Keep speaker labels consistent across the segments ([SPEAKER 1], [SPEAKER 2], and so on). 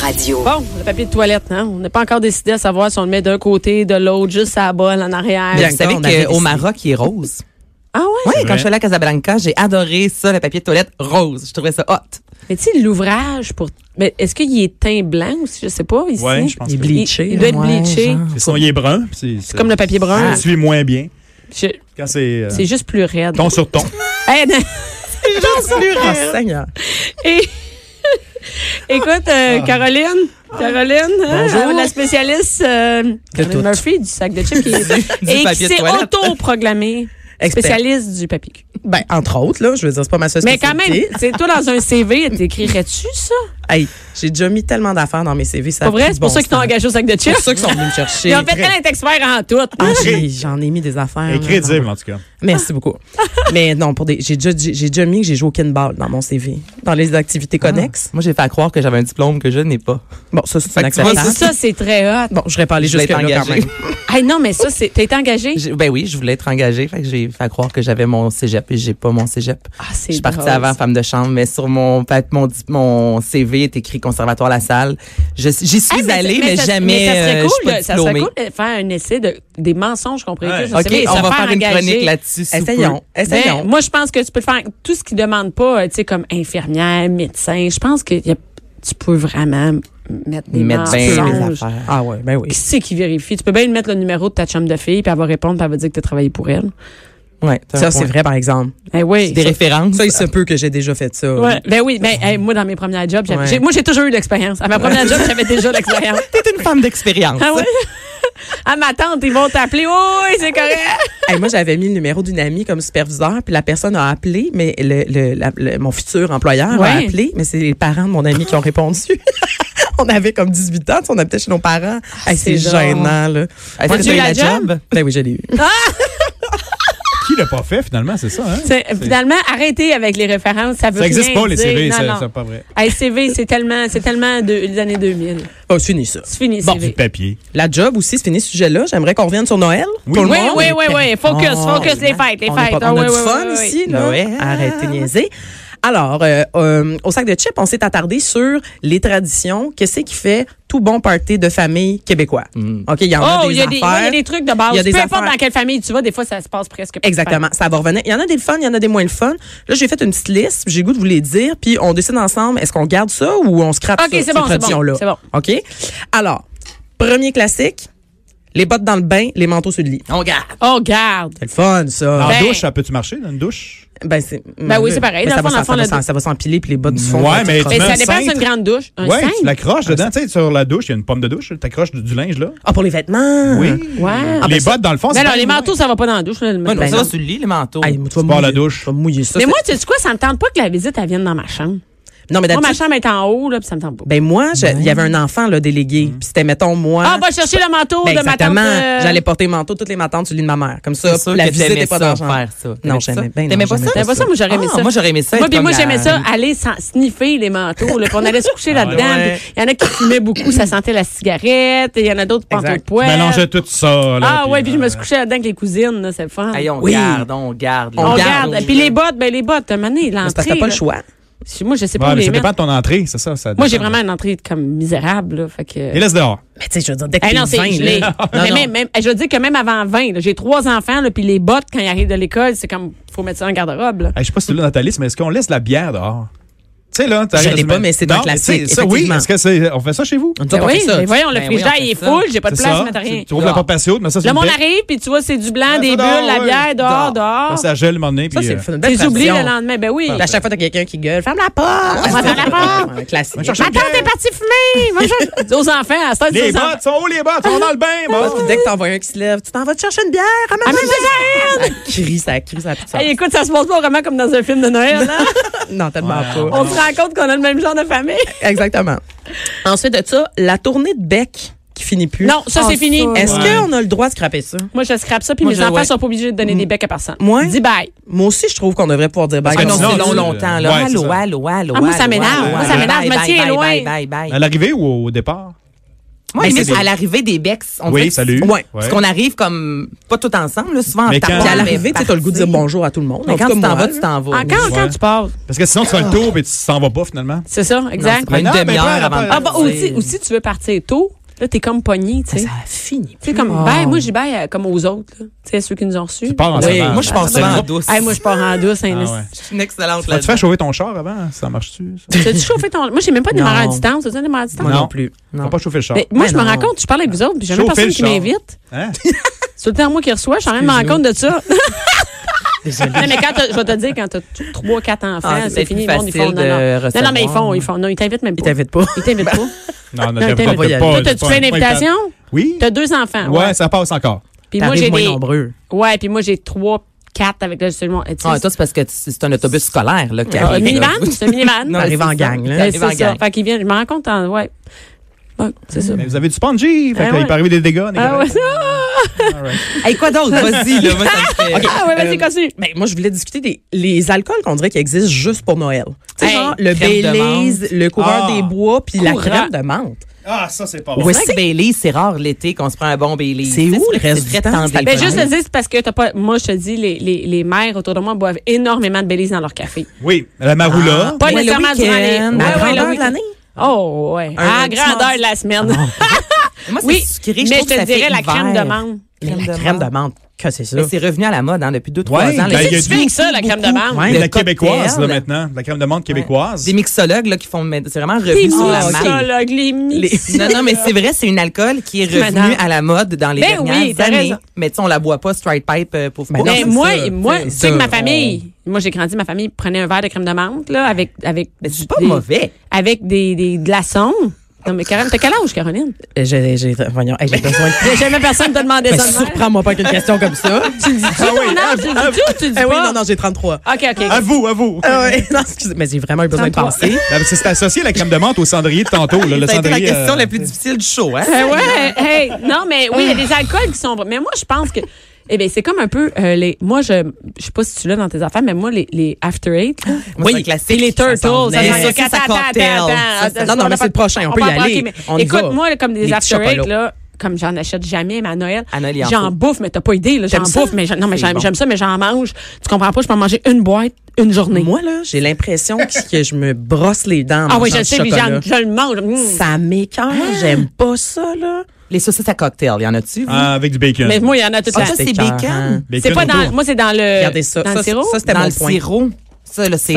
[SPEAKER 1] Radio.
[SPEAKER 2] Bon, le papier de toilette, hein? on n'a pas encore décidé à savoir si on le met d'un côté, de l'autre, juste à la bolle, en arrière.
[SPEAKER 3] Bien,
[SPEAKER 4] Vous
[SPEAKER 3] Bianca, on avait
[SPEAKER 4] savez qu'au
[SPEAKER 3] décidé.
[SPEAKER 4] Maroc, il est rose.
[SPEAKER 2] Ah ouais?
[SPEAKER 3] Oui,
[SPEAKER 4] Ouais,
[SPEAKER 3] vrai.
[SPEAKER 4] quand je suis allée à Casablanca, j'ai adoré ça, le papier de toilette rose. Je trouvais ça hot.
[SPEAKER 2] Mais tu sais, l'ouvrage pour. Mais est-ce qu'il est teint blanc aussi? Je sais pas. Ici?
[SPEAKER 5] Ouais, je pense
[SPEAKER 3] Il
[SPEAKER 5] que
[SPEAKER 3] blie-
[SPEAKER 5] oui.
[SPEAKER 3] Bleaché,
[SPEAKER 2] Il, il doit être
[SPEAKER 4] ouais,
[SPEAKER 2] bleaché.
[SPEAKER 4] genre.
[SPEAKER 5] Sinon, il est brun. puis C'est c'est-
[SPEAKER 2] comme le papier brun.
[SPEAKER 5] Ça suit moins bien.
[SPEAKER 2] Je-
[SPEAKER 5] Quand c'est euh,
[SPEAKER 2] C'est juste plus raide.
[SPEAKER 5] ton sur ton.
[SPEAKER 2] Hey, non.
[SPEAKER 4] Ah, Seigneur.
[SPEAKER 2] Et- Écoute, euh, Caroline, Caroline, hein,
[SPEAKER 4] Ah. Bonjour.
[SPEAKER 2] la spécialiste euh, Caroline
[SPEAKER 4] tout.
[SPEAKER 2] Murphy du sac de chips qui est
[SPEAKER 4] Du
[SPEAKER 2] et qui
[SPEAKER 4] papier de
[SPEAKER 2] s'est
[SPEAKER 4] toilette.
[SPEAKER 2] auto-proclamée
[SPEAKER 4] Expert.
[SPEAKER 2] spécialiste du papier. cul.
[SPEAKER 4] Ben, entre autres, là, je veux dire, c'est pas ma seule
[SPEAKER 2] Mais quand même,
[SPEAKER 4] spécialité.
[SPEAKER 2] c'est toi dans un CV, t'écrirais-tu ça?
[SPEAKER 4] Hey, j'ai déjà mis tellement d'affaires dans mes CV. ça
[SPEAKER 2] Pas
[SPEAKER 4] a
[SPEAKER 2] vrai?
[SPEAKER 4] plus
[SPEAKER 2] C'est
[SPEAKER 4] de
[SPEAKER 2] pour
[SPEAKER 4] bon
[SPEAKER 2] ça qu'ils t'ont
[SPEAKER 4] sens.
[SPEAKER 2] engagé au sac de
[SPEAKER 4] C'est pour
[SPEAKER 2] chips.
[SPEAKER 4] ça qu'ils sont venus me chercher.
[SPEAKER 2] Ils ont fait elle est expert en tout.
[SPEAKER 4] Ah, j'ai- J'en ai mis des
[SPEAKER 2] Ah,
[SPEAKER 4] affaires. là,
[SPEAKER 5] Incrédible,
[SPEAKER 4] dans-
[SPEAKER 5] en tout cas.
[SPEAKER 4] Merci beaucoup. Mais non, pour des, j'ai déjà, dit- j'ai déjà mis que j'ai joué au kinball dans mon CV, dans les activités connexes.
[SPEAKER 6] Moi, j'ai fait croire que j'avais un diplôme que je n'ai pas.
[SPEAKER 4] Bon, ça, c'est
[SPEAKER 6] Fait que tu vois,
[SPEAKER 2] Et
[SPEAKER 4] inacceptable.
[SPEAKER 2] Ah, ça, c'est très hot.
[SPEAKER 4] Bon, je serais pas allée
[SPEAKER 6] Je voulais
[SPEAKER 4] jusque
[SPEAKER 6] être
[SPEAKER 4] là quand
[SPEAKER 6] engagée.
[SPEAKER 4] même.
[SPEAKER 2] Ah non, mais ça, c'est- t'as été engagé?
[SPEAKER 6] J'ai- Ben oui, je voulais être engagée. Fait que j'ai fait croire que j'avais mon cégep et j'ai pas mon cégep.
[SPEAKER 2] Ah,
[SPEAKER 6] Je
[SPEAKER 2] c'est
[SPEAKER 6] suis partie
[SPEAKER 2] drôle,
[SPEAKER 6] avant
[SPEAKER 2] ça.
[SPEAKER 6] femme de chambre, mais sur mon pa- mon, di- mon CV est écrit conservatoire La Salle. Je- J'y suis
[SPEAKER 2] Hey, mais-
[SPEAKER 6] allée, mais,
[SPEAKER 2] mais ça-
[SPEAKER 6] jamais
[SPEAKER 2] mais ça serait
[SPEAKER 6] euh, je
[SPEAKER 2] cool,
[SPEAKER 6] suis pas
[SPEAKER 2] de- ça serait
[SPEAKER 6] diplômée.
[SPEAKER 2] cool de faire un essai de, des mensonges qu'on précule.
[SPEAKER 5] Ouais.
[SPEAKER 2] je sais
[SPEAKER 6] OK,
[SPEAKER 2] pas, et
[SPEAKER 6] on
[SPEAKER 2] se
[SPEAKER 6] va faire une
[SPEAKER 2] engager.
[SPEAKER 6] chronique là-dessus. sous peu.
[SPEAKER 4] Essayons.
[SPEAKER 2] Ben,
[SPEAKER 4] Essayons.
[SPEAKER 2] moi, je pense que tu peux le faire tout ce qui demande pas, euh, tu sais, comme infirmière, médecin. Je pense que y a- tu peux vraiment mettre des
[SPEAKER 6] Mettre bien les
[SPEAKER 2] mensonges.
[SPEAKER 6] affaires.
[SPEAKER 4] Ah ouais, ben oui.
[SPEAKER 2] Qui c'est qui vérifie? Tu peux bien lui mettre le numéro de ta chum de fille, puis elle va répondre, puis elle va dire que tu as travaillé pour elle.
[SPEAKER 6] Ouais, t'as un
[SPEAKER 4] Ça, c'est
[SPEAKER 6] point.
[SPEAKER 4] vrai, par exemple.
[SPEAKER 2] Eh oui.
[SPEAKER 6] Des références.
[SPEAKER 4] Ça, il se peut que j'ai déjà fait ça.
[SPEAKER 2] Ouais, ben oui, ben, hey, moi, dans mes premières jobs, j'avais-
[SPEAKER 6] Ouais.
[SPEAKER 2] j'ai- moi, j'ai toujours eu de l'expérience. À ma première job, j'avais déjà de l'expérience.
[SPEAKER 6] T'es une femme d'expérience.
[SPEAKER 2] Ah ouais? À ma tante, ils vont t'appeler. Oui,
[SPEAKER 4] Ah
[SPEAKER 2] c'est correct.
[SPEAKER 4] Hey, moi, j'avais mis le numéro d'une amie comme superviseur, puis la personne a appelé, mais le, le- la- le- mon futur employeur a
[SPEAKER 2] Ouais.
[SPEAKER 4] appelé, mais c'est les parents de mon ami qui ont répondu. on avait comme 18 ans, tu sais, on habitait chez nos parents. Hey, c'est
[SPEAKER 2] Ah, c'est drôle.
[SPEAKER 4] gênant, là.
[SPEAKER 2] As-tu
[SPEAKER 6] Est-ce que t'as
[SPEAKER 2] eu
[SPEAKER 6] eu
[SPEAKER 2] la
[SPEAKER 6] la
[SPEAKER 2] job?
[SPEAKER 6] job?
[SPEAKER 4] Ben oui, je l'ai eu.
[SPEAKER 5] Qui l'a pas fait, finalement, c'est ça, hein?
[SPEAKER 2] C'est- Finalement, arrêtez avec les références. Ça veut
[SPEAKER 5] Ça existe
[SPEAKER 2] rien
[SPEAKER 5] pas, les
[SPEAKER 2] dire.
[SPEAKER 5] CV,
[SPEAKER 2] Non, non.
[SPEAKER 5] c'est c'est pas vrai.
[SPEAKER 2] Hey, CV, c'est tellement, c'est tellement de, les années 2000.
[SPEAKER 4] Bon, Oh, c'est fini ça.
[SPEAKER 2] C'est fini,
[SPEAKER 4] Bon,
[SPEAKER 5] Du
[SPEAKER 2] CV.
[SPEAKER 5] papier.
[SPEAKER 4] La job aussi, c'est fini ce sujet-là. J'aimerais qu'on revienne sur Noël. Tout le
[SPEAKER 2] Oui,
[SPEAKER 4] monde.
[SPEAKER 2] oui, oui, oui. Focus,
[SPEAKER 4] Oh,
[SPEAKER 2] focus, les fêtes, les
[SPEAKER 4] on
[SPEAKER 2] fêtes.
[SPEAKER 4] est pas-
[SPEAKER 2] Ah,
[SPEAKER 4] on a
[SPEAKER 2] oui,
[SPEAKER 4] du
[SPEAKER 2] oui,
[SPEAKER 4] fun
[SPEAKER 2] oui, oui.
[SPEAKER 4] ici, là.
[SPEAKER 6] Ouais.
[SPEAKER 2] hein.
[SPEAKER 4] Arrêtez de niaiser. Alors, euh, euh, au sac de chips, on s'est attardé sur les traditions. Qu'est-ce qui fait tout bon party de famille québécois? OK, il y en
[SPEAKER 2] Oh,
[SPEAKER 4] a des
[SPEAKER 2] il y, a des- ouais, il y
[SPEAKER 4] affaires.
[SPEAKER 2] a des trucs de base.
[SPEAKER 4] Il y a des
[SPEAKER 2] Peu importe
[SPEAKER 4] affaires.
[SPEAKER 2] dans quelle famille tu vas, des fois, ça se passe presque pas.
[SPEAKER 4] Exactement, ça va revenir. Il y en a des fun, il y en a des moins le fun. Là, j'ai fait une petite liste, puis j'ai le goût de vous les dire, puis on décide ensemble, est-ce qu'on garde ça ou on scrape
[SPEAKER 2] OK,
[SPEAKER 4] ça,
[SPEAKER 2] c'est
[SPEAKER 4] ces
[SPEAKER 2] bon, c'est bon,
[SPEAKER 4] traditions-là?
[SPEAKER 2] c'est bon.
[SPEAKER 4] OK? Alors, premier classique, les bottes dans le bain, les manteaux sur le lit.
[SPEAKER 6] On garde.
[SPEAKER 2] Oh, garde.
[SPEAKER 4] C'est le fun, ça.
[SPEAKER 5] En
[SPEAKER 2] Ben-
[SPEAKER 5] douche, ça peut-tu marcher, dans une douche?
[SPEAKER 4] Ben, c'est,
[SPEAKER 2] Ben oui, c'est pareil.
[SPEAKER 4] Mais
[SPEAKER 2] Dans le
[SPEAKER 4] ça,
[SPEAKER 2] fond,
[SPEAKER 4] va
[SPEAKER 2] dans le
[SPEAKER 4] s'en-
[SPEAKER 2] fond,
[SPEAKER 4] ça, va
[SPEAKER 2] le-
[SPEAKER 4] s'en- ça va s'empiler, puis les bottes du fond.
[SPEAKER 5] Ouais,
[SPEAKER 4] vont être
[SPEAKER 5] mais
[SPEAKER 4] croches.
[SPEAKER 2] Mais Ben, ça
[SPEAKER 5] Un
[SPEAKER 2] dépend c'est
[SPEAKER 5] cintre.
[SPEAKER 2] une grande douche. Un
[SPEAKER 5] ouais,
[SPEAKER 2] cintre?
[SPEAKER 5] tu l'accroches dedans, tu sais, sur la douche, il y a une pomme de douche, tu accroches du, du linge, là.
[SPEAKER 4] Ah, pour les vêtements?
[SPEAKER 5] Oui.
[SPEAKER 2] Ouais.
[SPEAKER 5] les bottes, dans le fond,
[SPEAKER 2] Mais
[SPEAKER 5] c'est
[SPEAKER 2] alors,
[SPEAKER 5] pas-
[SPEAKER 2] Ben les manteaux, ça va pas dans la douche. là, le-
[SPEAKER 6] Ouais,
[SPEAKER 2] Ben
[SPEAKER 6] ça
[SPEAKER 2] non.
[SPEAKER 6] va sur le lit, les manteaux.
[SPEAKER 4] Hey, moi, tu vas
[SPEAKER 5] Tu pars à la
[SPEAKER 4] mouiller-
[SPEAKER 5] douche.
[SPEAKER 4] tu vas mouiller ça.
[SPEAKER 2] Mais
[SPEAKER 4] ça-
[SPEAKER 2] moi, tu sais quoi, ça me tente pas que la visite, elle vienne dans ma chambre.
[SPEAKER 4] non, mais
[SPEAKER 2] Moi, ma
[SPEAKER 4] d'habitude,
[SPEAKER 2] chambre est en haut, là, puis ça me tente pas.
[SPEAKER 4] ben moi, je- il y avait un enfant, là, délégué, puis c'était, mettons, moi...
[SPEAKER 2] Ah, va chercher le manteau de
[SPEAKER 4] Ben,
[SPEAKER 2] ma tante.
[SPEAKER 4] exactement.
[SPEAKER 2] euh,
[SPEAKER 4] J'allais porter manteau toutes les matins sur le lit de ma mère. Comme ça,
[SPEAKER 6] C'est sûr
[SPEAKER 4] la
[SPEAKER 6] que
[SPEAKER 4] visite
[SPEAKER 6] t'aimais
[SPEAKER 4] n'est pas
[SPEAKER 6] ça,
[SPEAKER 4] d'argent.
[SPEAKER 6] faire ça.
[SPEAKER 4] Non,
[SPEAKER 6] T'aimais ça?
[SPEAKER 4] j'aimais. Ben,
[SPEAKER 6] T'aimais
[SPEAKER 4] non,
[SPEAKER 6] pas
[SPEAKER 4] j'aimais
[SPEAKER 6] ça?
[SPEAKER 2] T'aimes pas ça? Moi, j'aurais aimé
[SPEAKER 6] Ah,
[SPEAKER 2] ça.
[SPEAKER 6] moi, j'aurais aimé ça,
[SPEAKER 2] Moi,
[SPEAKER 6] être
[SPEAKER 2] puis moi,
[SPEAKER 6] comme euh,
[SPEAKER 2] j'aimais
[SPEAKER 6] la-
[SPEAKER 2] ça, aller sans sniffer les manteaux. Là, puis on allait se coucher là-dedans.
[SPEAKER 6] ouais.
[SPEAKER 2] puis Il y en a qui fumaient beaucoup, ça sentait la cigarette. et Il y en a d'autres, pantalons de
[SPEAKER 4] Exact.
[SPEAKER 5] Tu
[SPEAKER 2] poêle.
[SPEAKER 5] mélangeais tout ça, là.
[SPEAKER 2] Ah, ouais, puis je me
[SPEAKER 5] euh,
[SPEAKER 2] suis couchée là-dedans avec les cousines, là, c'est le fun.
[SPEAKER 6] Hey, on
[SPEAKER 4] Oui.
[SPEAKER 6] garde, on garde.
[SPEAKER 2] on
[SPEAKER 6] là.
[SPEAKER 2] garde. Puis les bottes, ben les bottes, mané,
[SPEAKER 4] Mais
[SPEAKER 2] l'entrée.
[SPEAKER 4] c'est parce que t'as pas le
[SPEAKER 2] là.
[SPEAKER 4] choix.
[SPEAKER 2] Si- Moi, je sais pas
[SPEAKER 5] ouais,
[SPEAKER 2] où
[SPEAKER 5] mais
[SPEAKER 2] les
[SPEAKER 5] ça dépend
[SPEAKER 2] mettre.
[SPEAKER 5] de ton entrée, c'est ça. ça
[SPEAKER 2] Moi, j'ai
[SPEAKER 5] dépend.
[SPEAKER 2] vraiment une entrée comme misérable, là. Fait que.
[SPEAKER 5] Et laisse dehors.
[SPEAKER 4] Mais tu sais, je veux dire, dès que
[SPEAKER 2] Eh non,
[SPEAKER 4] t'es
[SPEAKER 2] c'est
[SPEAKER 4] vingt,
[SPEAKER 2] gelé.
[SPEAKER 4] là-
[SPEAKER 2] Mais
[SPEAKER 4] non.
[SPEAKER 2] même- même- je veux dire que même avant 20, là, j'ai trois enfants, là, puis les bottes, quand ils arrivent de l'école, c'est comme, faut mettre ça en garde-robe. là.
[SPEAKER 5] Hey, je sais pas si c'est là dans ta liste, mais est-ce qu'on laisse la bière dehors? Tu sais, là,
[SPEAKER 4] Je l'ai pas, mais c'est un
[SPEAKER 5] dans
[SPEAKER 4] classique,
[SPEAKER 5] Ça, oui,
[SPEAKER 4] effectivement.
[SPEAKER 5] est-ce que c'est. On fait ça chez vous?
[SPEAKER 4] Toi,
[SPEAKER 2] Ben
[SPEAKER 4] t'as
[SPEAKER 2] oui,
[SPEAKER 4] fait ça,
[SPEAKER 2] mais
[SPEAKER 4] tu-
[SPEAKER 2] voyons, le
[SPEAKER 6] Ben oui,
[SPEAKER 2] frigidaire,
[SPEAKER 6] on
[SPEAKER 2] il
[SPEAKER 6] fait
[SPEAKER 2] est
[SPEAKER 6] ça.
[SPEAKER 2] full, j'ai pas de
[SPEAKER 5] C'est
[SPEAKER 2] place,
[SPEAKER 5] ça.
[SPEAKER 2] je mets rien.
[SPEAKER 5] Tu trouves la
[SPEAKER 6] Dehors.
[SPEAKER 5] porte patio, mais ça, c'est
[SPEAKER 2] Le
[SPEAKER 5] une
[SPEAKER 2] monde
[SPEAKER 5] belle-
[SPEAKER 2] arrive, puis tu vois, c'est du blanc,
[SPEAKER 5] Ça,
[SPEAKER 2] des
[SPEAKER 5] ça,
[SPEAKER 2] bulles, la
[SPEAKER 5] ouais.
[SPEAKER 2] bière, dehors, dehors.
[SPEAKER 5] Là, ça gèle le moment donné.
[SPEAKER 4] Ça,
[SPEAKER 5] puis,
[SPEAKER 4] c'est
[SPEAKER 5] euh,
[SPEAKER 4] une belle
[SPEAKER 2] Tu les oublies
[SPEAKER 4] tradition.
[SPEAKER 2] le lendemain, ben oui.
[SPEAKER 4] À chaque fois, t'as quelqu'un qui gueule. Ferme la porte!
[SPEAKER 2] Ferme la porte.
[SPEAKER 4] Ouais, Classique.
[SPEAKER 5] chercher-
[SPEAKER 2] Ma tante est partie fumer! bonjour. Dis aux enfants, à ce
[SPEAKER 5] Les bottes sont où les bottes? On dans le bain,
[SPEAKER 4] Parce
[SPEAKER 5] bottes.
[SPEAKER 4] que dès que t'en vois un qui se lève, tu t'en vas te chercher une bière. Amène-moi
[SPEAKER 2] Amène-moi
[SPEAKER 4] une bière. Ça crie, ça crie, ça a plus de sens.
[SPEAKER 2] Hey, écoute, ça se passe pas vraiment comme dans un film de Noël. là.
[SPEAKER 4] Non, tellement
[SPEAKER 5] Ouais.
[SPEAKER 4] pas.
[SPEAKER 2] On se rend compte qu'on a le même genre de famille.
[SPEAKER 4] Exactement. Ensuite de ça, la tournée de bec qui finit plus.
[SPEAKER 2] Non, ça,
[SPEAKER 4] Ah,
[SPEAKER 2] c'est fini.
[SPEAKER 4] Est-ce
[SPEAKER 5] Ouais.
[SPEAKER 4] qu'on a le droit de scraper ça?
[SPEAKER 2] Moi, je Mm. scrape ça, puis
[SPEAKER 6] Moi,
[SPEAKER 2] mes
[SPEAKER 6] je-
[SPEAKER 2] enfants
[SPEAKER 6] ouais.
[SPEAKER 2] sont pas obligés de donner des becs à personne.
[SPEAKER 4] Moi?
[SPEAKER 2] Dis bye.
[SPEAKER 4] Moi aussi, je trouve qu'on devrait pouvoir dire bye.
[SPEAKER 5] Ah
[SPEAKER 6] Ah
[SPEAKER 4] comme
[SPEAKER 6] non,
[SPEAKER 4] ça.
[SPEAKER 6] c'est
[SPEAKER 5] non,
[SPEAKER 6] long,
[SPEAKER 5] c'est-
[SPEAKER 6] longtemps. Là.
[SPEAKER 5] ouais, c'est
[SPEAKER 6] allô,
[SPEAKER 5] ça.
[SPEAKER 6] allô, allô,
[SPEAKER 2] Ah, moi, ça
[SPEAKER 6] allô,
[SPEAKER 2] m'énerve.
[SPEAKER 6] allô,
[SPEAKER 2] Moi,
[SPEAKER 6] allô,
[SPEAKER 2] ça m'énerve.
[SPEAKER 6] bye,
[SPEAKER 2] Je me
[SPEAKER 6] bye,
[SPEAKER 2] tiens
[SPEAKER 6] bye,
[SPEAKER 2] loin.
[SPEAKER 6] bye, bye, bye.
[SPEAKER 5] À l'arrivée ou au départ?
[SPEAKER 6] Moi,
[SPEAKER 5] Mais
[SPEAKER 6] mais
[SPEAKER 5] c'est des-
[SPEAKER 6] à l'arrivée des becs, on
[SPEAKER 5] Oui,
[SPEAKER 6] dirait que-
[SPEAKER 5] salut.
[SPEAKER 6] Ouais,
[SPEAKER 5] Ouais.
[SPEAKER 6] Parce qu'on arrive comme pas tout ensemble, là, souvent en
[SPEAKER 5] Mais quand-
[SPEAKER 6] tapant,
[SPEAKER 4] Puis à
[SPEAKER 5] Ouais,
[SPEAKER 4] l'arrivée, tu sais, t'as le goût de dire
[SPEAKER 6] parti.
[SPEAKER 4] bonjour à tout le monde.
[SPEAKER 6] Mais
[SPEAKER 4] En
[SPEAKER 6] quand
[SPEAKER 4] tout
[SPEAKER 6] tu
[SPEAKER 4] cas,
[SPEAKER 6] t'en
[SPEAKER 4] moi,
[SPEAKER 6] vas, tu t'en vas.
[SPEAKER 2] Ah, quand,
[SPEAKER 5] Ouais.
[SPEAKER 2] quand tu pars,
[SPEAKER 5] Parce que sinon, tu fais le tour et tu s'en vas pas finalement.
[SPEAKER 2] c'est ça,
[SPEAKER 6] Non,
[SPEAKER 2] exact.
[SPEAKER 6] ça prend une
[SPEAKER 5] Mais non, mais
[SPEAKER 6] demi-heure
[SPEAKER 5] pas-
[SPEAKER 6] avant de
[SPEAKER 2] Ah, bah,
[SPEAKER 6] partir.
[SPEAKER 2] aussi, aussi, tu veux partir tôt, là, t'es comme pogné, tu sais.
[SPEAKER 6] Ça finit.
[SPEAKER 2] Tu sais, comme, ben, moi, j'y baille euh, comme aux autres, là. Tu sais, à ceux qui nous ont reçus.
[SPEAKER 5] Tu pars en
[SPEAKER 6] Oui,
[SPEAKER 5] savane.
[SPEAKER 6] moi, je pense
[SPEAKER 5] Ça
[SPEAKER 6] souvent
[SPEAKER 5] va.
[SPEAKER 6] en douce.
[SPEAKER 2] Hey, moi, je pars en douce, hein,
[SPEAKER 5] Ah
[SPEAKER 2] là.
[SPEAKER 5] ouais.
[SPEAKER 6] je suis une excellente
[SPEAKER 5] Vas-tu
[SPEAKER 6] là-dedans.
[SPEAKER 5] faire chauffer ton char avant? Ça marche-tu? ça?
[SPEAKER 2] T'as-tu chauffé ton. Moi, j'ai même pas de
[SPEAKER 6] Non.
[SPEAKER 2] démarreur à distance. T'as-tu un démarreur à distance?
[SPEAKER 6] Moi
[SPEAKER 5] Non.
[SPEAKER 6] non plus.
[SPEAKER 5] Faut
[SPEAKER 6] Non.
[SPEAKER 5] pas chauffer le char.
[SPEAKER 2] Mais moi,
[SPEAKER 6] Ben
[SPEAKER 2] je me
[SPEAKER 6] non.
[SPEAKER 2] rends compte, je parle avec vous autres, puis j'ai jamais
[SPEAKER 5] Chauffer
[SPEAKER 2] personne
[SPEAKER 5] le
[SPEAKER 2] qui
[SPEAKER 5] char.
[SPEAKER 2] m'invite.
[SPEAKER 5] Hein?
[SPEAKER 2] C'est le temps, moi, qui reçois, je suis en train de me rendre compte de ça. Non, mais quand t'as- je vais te dire, quand t'as t- trois, quatre enfants,
[SPEAKER 6] Ah, c'est
[SPEAKER 2] c'est
[SPEAKER 6] peut-être
[SPEAKER 2] fini,
[SPEAKER 6] plus
[SPEAKER 2] le monde, ils font.
[SPEAKER 6] facile
[SPEAKER 2] Non, non.
[SPEAKER 6] de
[SPEAKER 2] non, non, mais ils font,
[SPEAKER 6] recevoir.
[SPEAKER 2] ils font. Non, ils t'invitent même
[SPEAKER 4] Ils
[SPEAKER 2] pas.
[SPEAKER 4] t'invitent pas.
[SPEAKER 2] Ils t'invitent pas.
[SPEAKER 5] Non, non,
[SPEAKER 2] Non,
[SPEAKER 5] t'as-
[SPEAKER 2] t'as-
[SPEAKER 5] t'as
[SPEAKER 2] t'as-
[SPEAKER 5] pas-
[SPEAKER 2] Toi,
[SPEAKER 5] t'as
[SPEAKER 2] t'as-tu
[SPEAKER 5] pas-
[SPEAKER 2] fait une invitation?
[SPEAKER 5] Oui.
[SPEAKER 2] T'as deux enfants.
[SPEAKER 5] Ouais, ça passe encore.
[SPEAKER 2] Puis moi,
[SPEAKER 6] T'arrives
[SPEAKER 2] j'ai
[SPEAKER 6] moins
[SPEAKER 2] des.
[SPEAKER 6] nombreux.
[SPEAKER 2] Ouais, puis moi, j'ai trois, quatre avec le seulement. Tu sais,
[SPEAKER 6] Ah, toi, c'est parce que t- c'est un autobus scolaire là, qui
[SPEAKER 2] c'est un
[SPEAKER 6] arrive. là.
[SPEAKER 2] minivan? C'est un minivan.
[SPEAKER 6] Non,
[SPEAKER 4] arrive en
[SPEAKER 6] c'est
[SPEAKER 4] gang,
[SPEAKER 6] ça.
[SPEAKER 4] là.
[SPEAKER 2] Ben,
[SPEAKER 6] Arrive en
[SPEAKER 2] C'est ça.
[SPEAKER 6] gang.
[SPEAKER 2] Fait qu'ils viennent, je me rends compte en. Ouais. Ouais, c'est ça.
[SPEAKER 5] Mais vous avez du spongy. Fait
[SPEAKER 2] Ah
[SPEAKER 5] que là, il
[SPEAKER 2] ouais.
[SPEAKER 5] peut arriver des dégâts. on est
[SPEAKER 2] Ah ouais,
[SPEAKER 5] correct.
[SPEAKER 2] ça.
[SPEAKER 5] All right.
[SPEAKER 6] Hey, quoi d'autre? Vas-y, là. Moi, ça me fait.
[SPEAKER 2] Ah ouais, vas-y,
[SPEAKER 4] Euh,
[SPEAKER 2] continue.
[SPEAKER 4] Ben, moi, je voulais discuter des les alcools qu'on dirait qui existent juste pour Noël. Tu sais,
[SPEAKER 2] Hey,
[SPEAKER 4] genre le
[SPEAKER 6] crème de
[SPEAKER 4] Baileys,
[SPEAKER 6] menthe.
[SPEAKER 4] le coureur
[SPEAKER 5] Ah.
[SPEAKER 4] des bois, puis la
[SPEAKER 2] Coureur.
[SPEAKER 4] crème de menthe.
[SPEAKER 5] Ah, ça, c'est pas
[SPEAKER 6] C'est
[SPEAKER 5] bon.
[SPEAKER 6] vrai que Bailey, c'est rare l'été qu'on se prend un bon Bailey.
[SPEAKER 4] C'est où le reste du temps? C'est
[SPEAKER 2] Ben, juste le dire, c'est parce que t'as pas. Moi, je te dis, les, les, les mères autour de moi boivent énormément de Belize dans leur café.
[SPEAKER 5] Oui, la maroula.
[SPEAKER 2] Pas nécessairement durant les- Ouais, ouais, le
[SPEAKER 6] grandeur de
[SPEAKER 2] week-end.
[SPEAKER 6] l'année.
[SPEAKER 2] Oh, ouais.
[SPEAKER 6] Ah. Un
[SPEAKER 2] À la
[SPEAKER 6] lundi,
[SPEAKER 2] grandeur
[SPEAKER 6] mardi.
[SPEAKER 2] de la semaine.
[SPEAKER 6] Moi, c'est
[SPEAKER 2] oui,
[SPEAKER 6] sucré.
[SPEAKER 2] mais
[SPEAKER 6] trouve
[SPEAKER 2] je te
[SPEAKER 6] que ça
[SPEAKER 2] dirais
[SPEAKER 6] fait
[SPEAKER 2] la crème
[SPEAKER 6] hiver.
[SPEAKER 2] de menthe.
[SPEAKER 4] Mais la
[SPEAKER 6] de
[SPEAKER 4] crème de
[SPEAKER 6] menthe.
[SPEAKER 4] menthe, que c'est ça?
[SPEAKER 6] Mais c'est revenu à la mode hein, depuis 2-3
[SPEAKER 5] Ouais,
[SPEAKER 6] ans.
[SPEAKER 5] ben,
[SPEAKER 6] Les-
[SPEAKER 5] il y a
[SPEAKER 2] Tu fais que ça, la crème de menthe.
[SPEAKER 4] Ouais.
[SPEAKER 5] La
[SPEAKER 6] Le cocktail.
[SPEAKER 5] québécoise, là, maintenant. La crème de menthe québécoise.
[SPEAKER 6] Des mixologues là, qui font. mais C'est vraiment
[SPEAKER 2] Les
[SPEAKER 6] revenu sur la mode.
[SPEAKER 2] mixologues, les
[SPEAKER 6] Les-
[SPEAKER 2] mix.
[SPEAKER 6] Non, non, mais c'est vrai, c'est une alcool qui est revenue
[SPEAKER 2] Madame.
[SPEAKER 6] à la mode dans les
[SPEAKER 2] Ben oui,
[SPEAKER 6] dernières
[SPEAKER 2] t'as
[SPEAKER 6] années.
[SPEAKER 2] raison.
[SPEAKER 6] Mais tu sais, on la boit pas straight pipe euh, pour
[SPEAKER 4] Ben
[SPEAKER 6] pour-
[SPEAKER 4] non,
[SPEAKER 2] Mais
[SPEAKER 4] c'est
[SPEAKER 2] moi,
[SPEAKER 4] ça,
[SPEAKER 2] moi,
[SPEAKER 4] c'est
[SPEAKER 2] tu sais
[SPEAKER 4] ça,
[SPEAKER 2] que ma famille, moi j'ai grandi, ma famille prenait un verre de crème de menthe là, avec avec
[SPEAKER 6] Mais
[SPEAKER 2] du-
[SPEAKER 6] c'est pas
[SPEAKER 2] des-
[SPEAKER 6] mauvais.
[SPEAKER 2] avec des, des glaçons. Non mais Caroline, t'as quel âge Caroline
[SPEAKER 4] Euh, J'ai, j'ai, voyons, hey, j'ai besoin de...
[SPEAKER 2] J'ai jamais personne te demander
[SPEAKER 4] Mais
[SPEAKER 2] ça. de même.
[SPEAKER 4] surprends-moi pas qu'une question comme ça. tu me dis
[SPEAKER 2] Tu dis ton âge, tu le dis ou tu le dis
[SPEAKER 4] Ah Eh oui,
[SPEAKER 2] pas?
[SPEAKER 4] non, non, j'ai 33.
[SPEAKER 2] OK, OK.
[SPEAKER 5] À vous, à vous.
[SPEAKER 4] Ah ouais, non, excusez, mais j'ai vraiment eu besoin de
[SPEAKER 2] 33.
[SPEAKER 4] penser.
[SPEAKER 5] Ben, parce que C'est associé la crème de menthe au cendrier de tantôt. Là, le
[SPEAKER 6] Ça a été la
[SPEAKER 5] cendrier,
[SPEAKER 6] question
[SPEAKER 5] euh,
[SPEAKER 6] la plus difficile du show, hein?
[SPEAKER 2] Eh ouais, hey, non, mais oui, il y a des alcools qui sont. Mais moi, je pense que. Eh bien, c'est comme un peu euh, les. Moi, je je sais pas si tu l'as dans tes affaires, mais moi, les, les After Eight. là.
[SPEAKER 6] Moi, c'est un classique.
[SPEAKER 2] Puis les Turtles.
[SPEAKER 6] Ça s'en
[SPEAKER 2] ça,
[SPEAKER 6] venait.
[SPEAKER 2] j'en ai-
[SPEAKER 6] Ça, c'est
[SPEAKER 2] attends,
[SPEAKER 6] sa
[SPEAKER 2] attends,
[SPEAKER 6] cocktail.
[SPEAKER 2] attends,
[SPEAKER 6] Ça,
[SPEAKER 2] attends,
[SPEAKER 6] c'est-
[SPEAKER 4] non, non,
[SPEAKER 2] on
[SPEAKER 4] mais
[SPEAKER 2] a
[SPEAKER 4] c'est le prochain, on peut y
[SPEAKER 2] parle-
[SPEAKER 4] aller.
[SPEAKER 2] ok, mais
[SPEAKER 4] On y va.
[SPEAKER 2] écoute, moi, là, comme des
[SPEAKER 4] Les
[SPEAKER 2] After
[SPEAKER 4] petits
[SPEAKER 2] Eight,
[SPEAKER 4] chocolats.
[SPEAKER 2] là, comme j'en achète jamais, mais à Noël,
[SPEAKER 6] À Noël, il en
[SPEAKER 2] j'en
[SPEAKER 6] faut.
[SPEAKER 2] bouffe, mais t'as pas idée, là. J'en
[SPEAKER 6] T'aimes ça?
[SPEAKER 2] bouffe, mais je- non, mais
[SPEAKER 6] C'est
[SPEAKER 2] j'aime
[SPEAKER 6] bon.
[SPEAKER 2] j'aime ça, mais j'en mange. Tu comprends pas, je peux en manger une boîte, une journée.
[SPEAKER 4] Moi, là, j'ai l'impression que, que je me brosse les dents en
[SPEAKER 2] ah oui,
[SPEAKER 4] mangeant
[SPEAKER 2] je le
[SPEAKER 4] du
[SPEAKER 2] sais, puis j'en-
[SPEAKER 4] chocolat.
[SPEAKER 2] je le mange. Mm.
[SPEAKER 4] Ça m'écoeure, j'aime pas ça, là.
[SPEAKER 6] Les saucisses à cocktail, y en a-tu? vous?
[SPEAKER 5] ah, avec du bacon.
[SPEAKER 2] Mais moi, il y en a tout
[SPEAKER 6] Ah,
[SPEAKER 2] la-
[SPEAKER 6] ça, c'est
[SPEAKER 4] écœurant.
[SPEAKER 6] bacon.
[SPEAKER 2] C'est
[SPEAKER 5] Bacon
[SPEAKER 2] pas
[SPEAKER 5] autour.
[SPEAKER 2] dans. Moi, c'est dans le.
[SPEAKER 4] Regardez ça.
[SPEAKER 2] Dans
[SPEAKER 4] ça,
[SPEAKER 2] le sirop.
[SPEAKER 4] ça, c'était
[SPEAKER 6] Dans
[SPEAKER 4] mon
[SPEAKER 6] le
[SPEAKER 4] point.
[SPEAKER 6] sirop. Ça, là, c'est.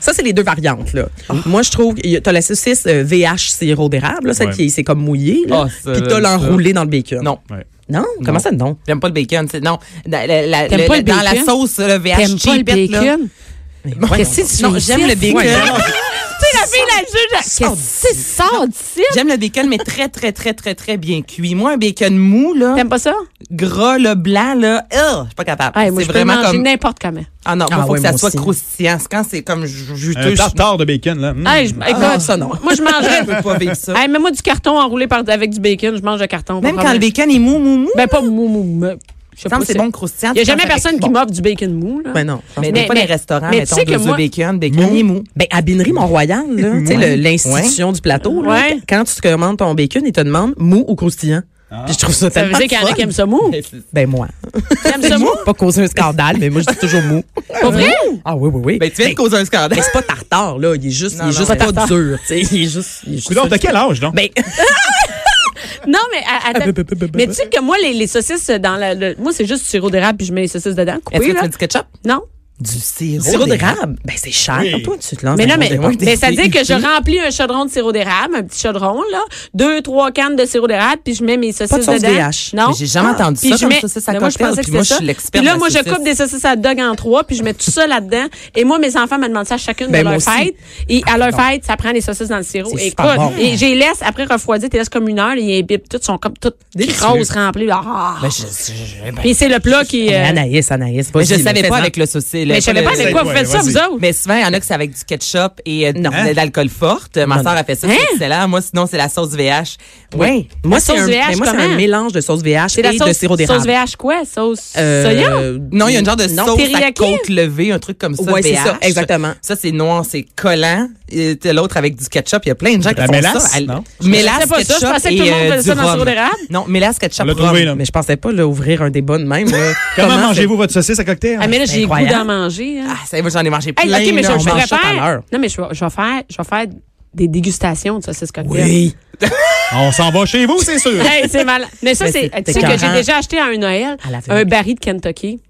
[SPEAKER 4] Ça, c'est les deux variantes. Là.
[SPEAKER 2] Ah.
[SPEAKER 4] Moi, je trouve, y a- t'as la saucisse euh, VH sirop d'érable, là, celle
[SPEAKER 5] Ouais.
[SPEAKER 4] qui est- c'est comme mouillé. là.
[SPEAKER 6] Ah, ça,
[SPEAKER 4] Puis
[SPEAKER 6] là,
[SPEAKER 4] t'as
[SPEAKER 6] ça.
[SPEAKER 4] l'enroulé dans le bacon.
[SPEAKER 6] Non.
[SPEAKER 5] Ouais.
[SPEAKER 4] Non? Comment ça, non?
[SPEAKER 6] J'aime pas le bacon. c'est- Non. La- la- la-
[SPEAKER 2] T'aimes
[SPEAKER 6] le-
[SPEAKER 2] pas le
[SPEAKER 6] dans
[SPEAKER 2] bacon?
[SPEAKER 6] la sauce, le VH
[SPEAKER 2] T'aimes pas le
[SPEAKER 6] cheapette, là.
[SPEAKER 2] bacon? Qu'est-ce que tu
[SPEAKER 6] Non,
[SPEAKER 2] fais
[SPEAKER 6] j'aime
[SPEAKER 2] ici?
[SPEAKER 6] le bacon.
[SPEAKER 2] Tu sais, la fille, la juge.
[SPEAKER 6] Sors
[SPEAKER 2] Qu'est-ce que ça d'ici?
[SPEAKER 6] J'aime le bacon, mais très, très, très, très, très bien cuit. Moi, un bacon mou, là,
[SPEAKER 2] T'aimes pas ça?
[SPEAKER 6] gras, le blanc, là, ugh, je suis pas capable.
[SPEAKER 2] Ah, moi,
[SPEAKER 6] c'est
[SPEAKER 2] je peux
[SPEAKER 6] vraiment
[SPEAKER 2] manger
[SPEAKER 6] comme.
[SPEAKER 2] n'importe comment.
[SPEAKER 6] Ah non,
[SPEAKER 4] Ah
[SPEAKER 6] moi, faut
[SPEAKER 4] ouais,
[SPEAKER 6] que ça
[SPEAKER 4] moi
[SPEAKER 6] soit
[SPEAKER 4] aussi.
[SPEAKER 6] croustillant. C'est Quand c'est comme ju- juteux,
[SPEAKER 5] Un
[SPEAKER 6] je
[SPEAKER 5] tartare de bacon, là. Mm.
[SPEAKER 2] Ah, je,
[SPEAKER 4] Ah,
[SPEAKER 2] écoute,
[SPEAKER 4] ça, non.
[SPEAKER 2] Moi, je
[SPEAKER 6] je
[SPEAKER 2] mangerais.
[SPEAKER 6] peux pas vivre ça.
[SPEAKER 2] hey, mets-moi du carton enroulé par, avec du bacon. Je mange le carton.
[SPEAKER 6] Ah, Même
[SPEAKER 2] pas
[SPEAKER 6] quand le
[SPEAKER 2] problème.
[SPEAKER 6] bacon est mou, mou, mou,
[SPEAKER 2] Ben, pas mou, mou, mou. Je sais
[SPEAKER 6] il me
[SPEAKER 2] pas.
[SPEAKER 6] semble que c'est bon croustillant.
[SPEAKER 2] Il n'y a
[SPEAKER 6] Tu
[SPEAKER 2] jamais
[SPEAKER 6] manges avec-
[SPEAKER 2] personne qui
[SPEAKER 6] Bon. Ben
[SPEAKER 2] m'offre du bacon mou, là.
[SPEAKER 4] Mais non.
[SPEAKER 2] Mais-
[SPEAKER 6] Mais, mais pas
[SPEAKER 2] mais-
[SPEAKER 6] les restaurants,
[SPEAKER 2] mais tu
[SPEAKER 6] mettons,
[SPEAKER 2] sais que
[SPEAKER 6] deux œufs
[SPEAKER 2] moi-
[SPEAKER 6] bacon, bacon, il est mou.
[SPEAKER 4] Ben, à Binerie Mont-Royal, là, tu sais, le- l'institution du plateau, là,
[SPEAKER 2] Ouais.
[SPEAKER 4] quand tu te commandes ton bacon, ils te demandent mou ou croustillant.
[SPEAKER 6] Ah.
[SPEAKER 4] Puis je trouve ça
[SPEAKER 2] Ça veut
[SPEAKER 4] tellement
[SPEAKER 2] dire qu'il y en a
[SPEAKER 4] fun.
[SPEAKER 2] qui aiment ça mou.
[SPEAKER 4] Ben, moi.
[SPEAKER 2] T'aimes ça mou?
[SPEAKER 4] Pas causer un scandale, mais moi, je dis toujours mou.
[SPEAKER 2] Pas vrai?
[SPEAKER 4] Ah oui, oui, oui.
[SPEAKER 6] Ben, tu viens de causer un scandale.
[SPEAKER 4] Mais c'est pas tartare, là. Il est juste, il est
[SPEAKER 6] Non, non,
[SPEAKER 4] juste
[SPEAKER 6] mais-
[SPEAKER 4] pas dur. tu sais. Il est juste. Il est juste
[SPEAKER 5] Coudonc, t'as quel âge, donc?
[SPEAKER 4] Ben,
[SPEAKER 2] Non, mais à- à-
[SPEAKER 4] Ah, bah, bah, bah, bah,
[SPEAKER 2] Mais tu
[SPEAKER 4] bah.
[SPEAKER 2] sais que moi, les, les saucisses dans la. le- moi, c'est juste du sirop d'érable puis je mets les saucisses dedans.
[SPEAKER 6] Est-ce
[SPEAKER 2] Coupées,
[SPEAKER 6] que tu
[SPEAKER 2] là.
[SPEAKER 6] as du ketchup?
[SPEAKER 2] Non?
[SPEAKER 6] Du sirop,
[SPEAKER 4] Sirop d'érable, ben c'est cher.
[SPEAKER 5] Oui.
[SPEAKER 4] Toi, tu te lances.
[SPEAKER 2] Mais
[SPEAKER 4] dans
[SPEAKER 2] non,
[SPEAKER 4] le
[SPEAKER 2] mais,
[SPEAKER 4] monde des-
[SPEAKER 2] mais ça veut dire que je remplis un chaudron de sirop d'érable, un petit chaudron, là, deux, trois cannes de sirop d'érable, puis je mets mes saucisses
[SPEAKER 4] Pas de sauce
[SPEAKER 2] dedans.
[SPEAKER 4] DH.
[SPEAKER 2] Non. Ah.
[SPEAKER 6] Mais j'ai jamais entendu
[SPEAKER 2] Puis
[SPEAKER 6] ça
[SPEAKER 2] je
[SPEAKER 6] comme
[SPEAKER 2] mets-
[SPEAKER 6] saucisse à
[SPEAKER 2] Mais moi, je
[SPEAKER 6] cocktail,
[SPEAKER 2] pensais que
[SPEAKER 6] puis moi,
[SPEAKER 2] c'était
[SPEAKER 6] je
[SPEAKER 2] ça.
[SPEAKER 6] suis l'expert
[SPEAKER 2] Puis là,
[SPEAKER 6] de la
[SPEAKER 2] moi, je
[SPEAKER 6] saucisse.
[SPEAKER 2] coupe des saucisses à dog en trois, puis je mets tout ça là-dedans. Et moi, mes enfants me demandent ça à chacune
[SPEAKER 4] Ben,
[SPEAKER 2] de leur
[SPEAKER 4] moi aussi.
[SPEAKER 2] fête. Et à leur fête, ça prend les saucisses dans le sirop.
[SPEAKER 4] C'est
[SPEAKER 2] Et
[SPEAKER 4] super
[SPEAKER 2] Écoute,
[SPEAKER 4] bon.
[SPEAKER 2] et j'ai laisse après refroidir, tu laisses comme une heure, et les toutes sont comme toutes
[SPEAKER 4] Délicieux.
[SPEAKER 2] grosses, remplies. là. Ah!
[SPEAKER 6] Ben, je,
[SPEAKER 4] euh,
[SPEAKER 6] je- ben, ben,
[SPEAKER 2] Puis c'est le plat qui...
[SPEAKER 4] Mais
[SPEAKER 2] euh,
[SPEAKER 4] Anaïs, Anaïs, vas-y,
[SPEAKER 6] mais je
[SPEAKER 4] là,
[SPEAKER 6] savais
[SPEAKER 4] fais-en.
[SPEAKER 6] pas avec le saucisson.
[SPEAKER 2] mais je savais pas avec quoi vous
[SPEAKER 5] Ouais,
[SPEAKER 2] faites ça,
[SPEAKER 5] vas-y.
[SPEAKER 2] vous autres.
[SPEAKER 6] Mais souvent, il y en a que c'est avec du ketchup et euh,
[SPEAKER 4] Non.
[SPEAKER 6] de l'alcool forte. Ma
[SPEAKER 4] Non,
[SPEAKER 6] soeur a fait ça,
[SPEAKER 2] Hein?
[SPEAKER 6] c'est excellent. Moi, sinon, c'est la sauce VH.
[SPEAKER 4] Oui. Moi,
[SPEAKER 2] La
[SPEAKER 4] c'est
[SPEAKER 2] sauce
[SPEAKER 4] un,
[SPEAKER 2] VH,
[SPEAKER 4] mais moi, c'est
[SPEAKER 2] comment?
[SPEAKER 4] un mélange de sauce VH
[SPEAKER 2] C'est
[SPEAKER 4] et
[SPEAKER 2] la
[SPEAKER 4] de
[SPEAKER 2] sauce,
[SPEAKER 4] sirop d'érable.
[SPEAKER 2] sauce VH quoi? Sauce
[SPEAKER 4] Euh,
[SPEAKER 2] soya?
[SPEAKER 6] Non, il y a une genre de
[SPEAKER 4] Non,
[SPEAKER 6] sauce à
[SPEAKER 2] teriyaki?
[SPEAKER 6] côte levée, un truc comme ça.
[SPEAKER 4] Ouais, c'est
[SPEAKER 6] VH.
[SPEAKER 4] ça, exactement.
[SPEAKER 6] Ça, c'est noir, c'est collant. Et t'as L'autre avec du ketchup, il y a plein de gens qui
[SPEAKER 5] La
[SPEAKER 6] font
[SPEAKER 5] mélasse,
[SPEAKER 6] ça. Elle-
[SPEAKER 5] non?
[SPEAKER 6] Mélasse,
[SPEAKER 2] Je pensais pas ça,
[SPEAKER 6] ketchup
[SPEAKER 2] je pensais que tout le
[SPEAKER 6] et,
[SPEAKER 2] monde
[SPEAKER 6] euh,
[SPEAKER 2] faisait
[SPEAKER 6] du
[SPEAKER 2] ça dans le
[SPEAKER 6] rhum.
[SPEAKER 2] sirop d'érable.
[SPEAKER 6] Non, mélasse, ketchup,
[SPEAKER 5] On l'a
[SPEAKER 6] rhum.
[SPEAKER 5] trouvé, là.
[SPEAKER 4] Mais je pensais pas là, ouvrir un débat de même. là.
[SPEAKER 5] Comment
[SPEAKER 4] c'est-
[SPEAKER 5] mangez-vous votre saucisse à cocktail?
[SPEAKER 2] Ah, mais là,
[SPEAKER 4] c'est
[SPEAKER 2] j'ai le goût d'en
[SPEAKER 4] incroyable.
[SPEAKER 2] manger. hein.
[SPEAKER 6] Ah, ça y est, moi, j'en ai mangé plein.
[SPEAKER 2] Hey, OK, mais je,
[SPEAKER 6] là, on
[SPEAKER 2] je
[SPEAKER 6] mange
[SPEAKER 2] pourrais
[SPEAKER 6] ça tout à
[SPEAKER 2] faire...
[SPEAKER 6] l'heure.
[SPEAKER 2] Non, mais je vais, je vais faire, je vais faire des dégustations de saucisses cocktail.
[SPEAKER 4] Oui.
[SPEAKER 5] On s'en va chez vous, c'est sûr.
[SPEAKER 2] Hey, c'est mal. Mais ça,
[SPEAKER 4] Mais
[SPEAKER 2] c'est.
[SPEAKER 4] c'est
[SPEAKER 2] Tu sais que j'ai
[SPEAKER 4] écœurant.
[SPEAKER 2] déjà acheté à un Noël
[SPEAKER 4] À l'aveugle.
[SPEAKER 2] un baril de Kentucky.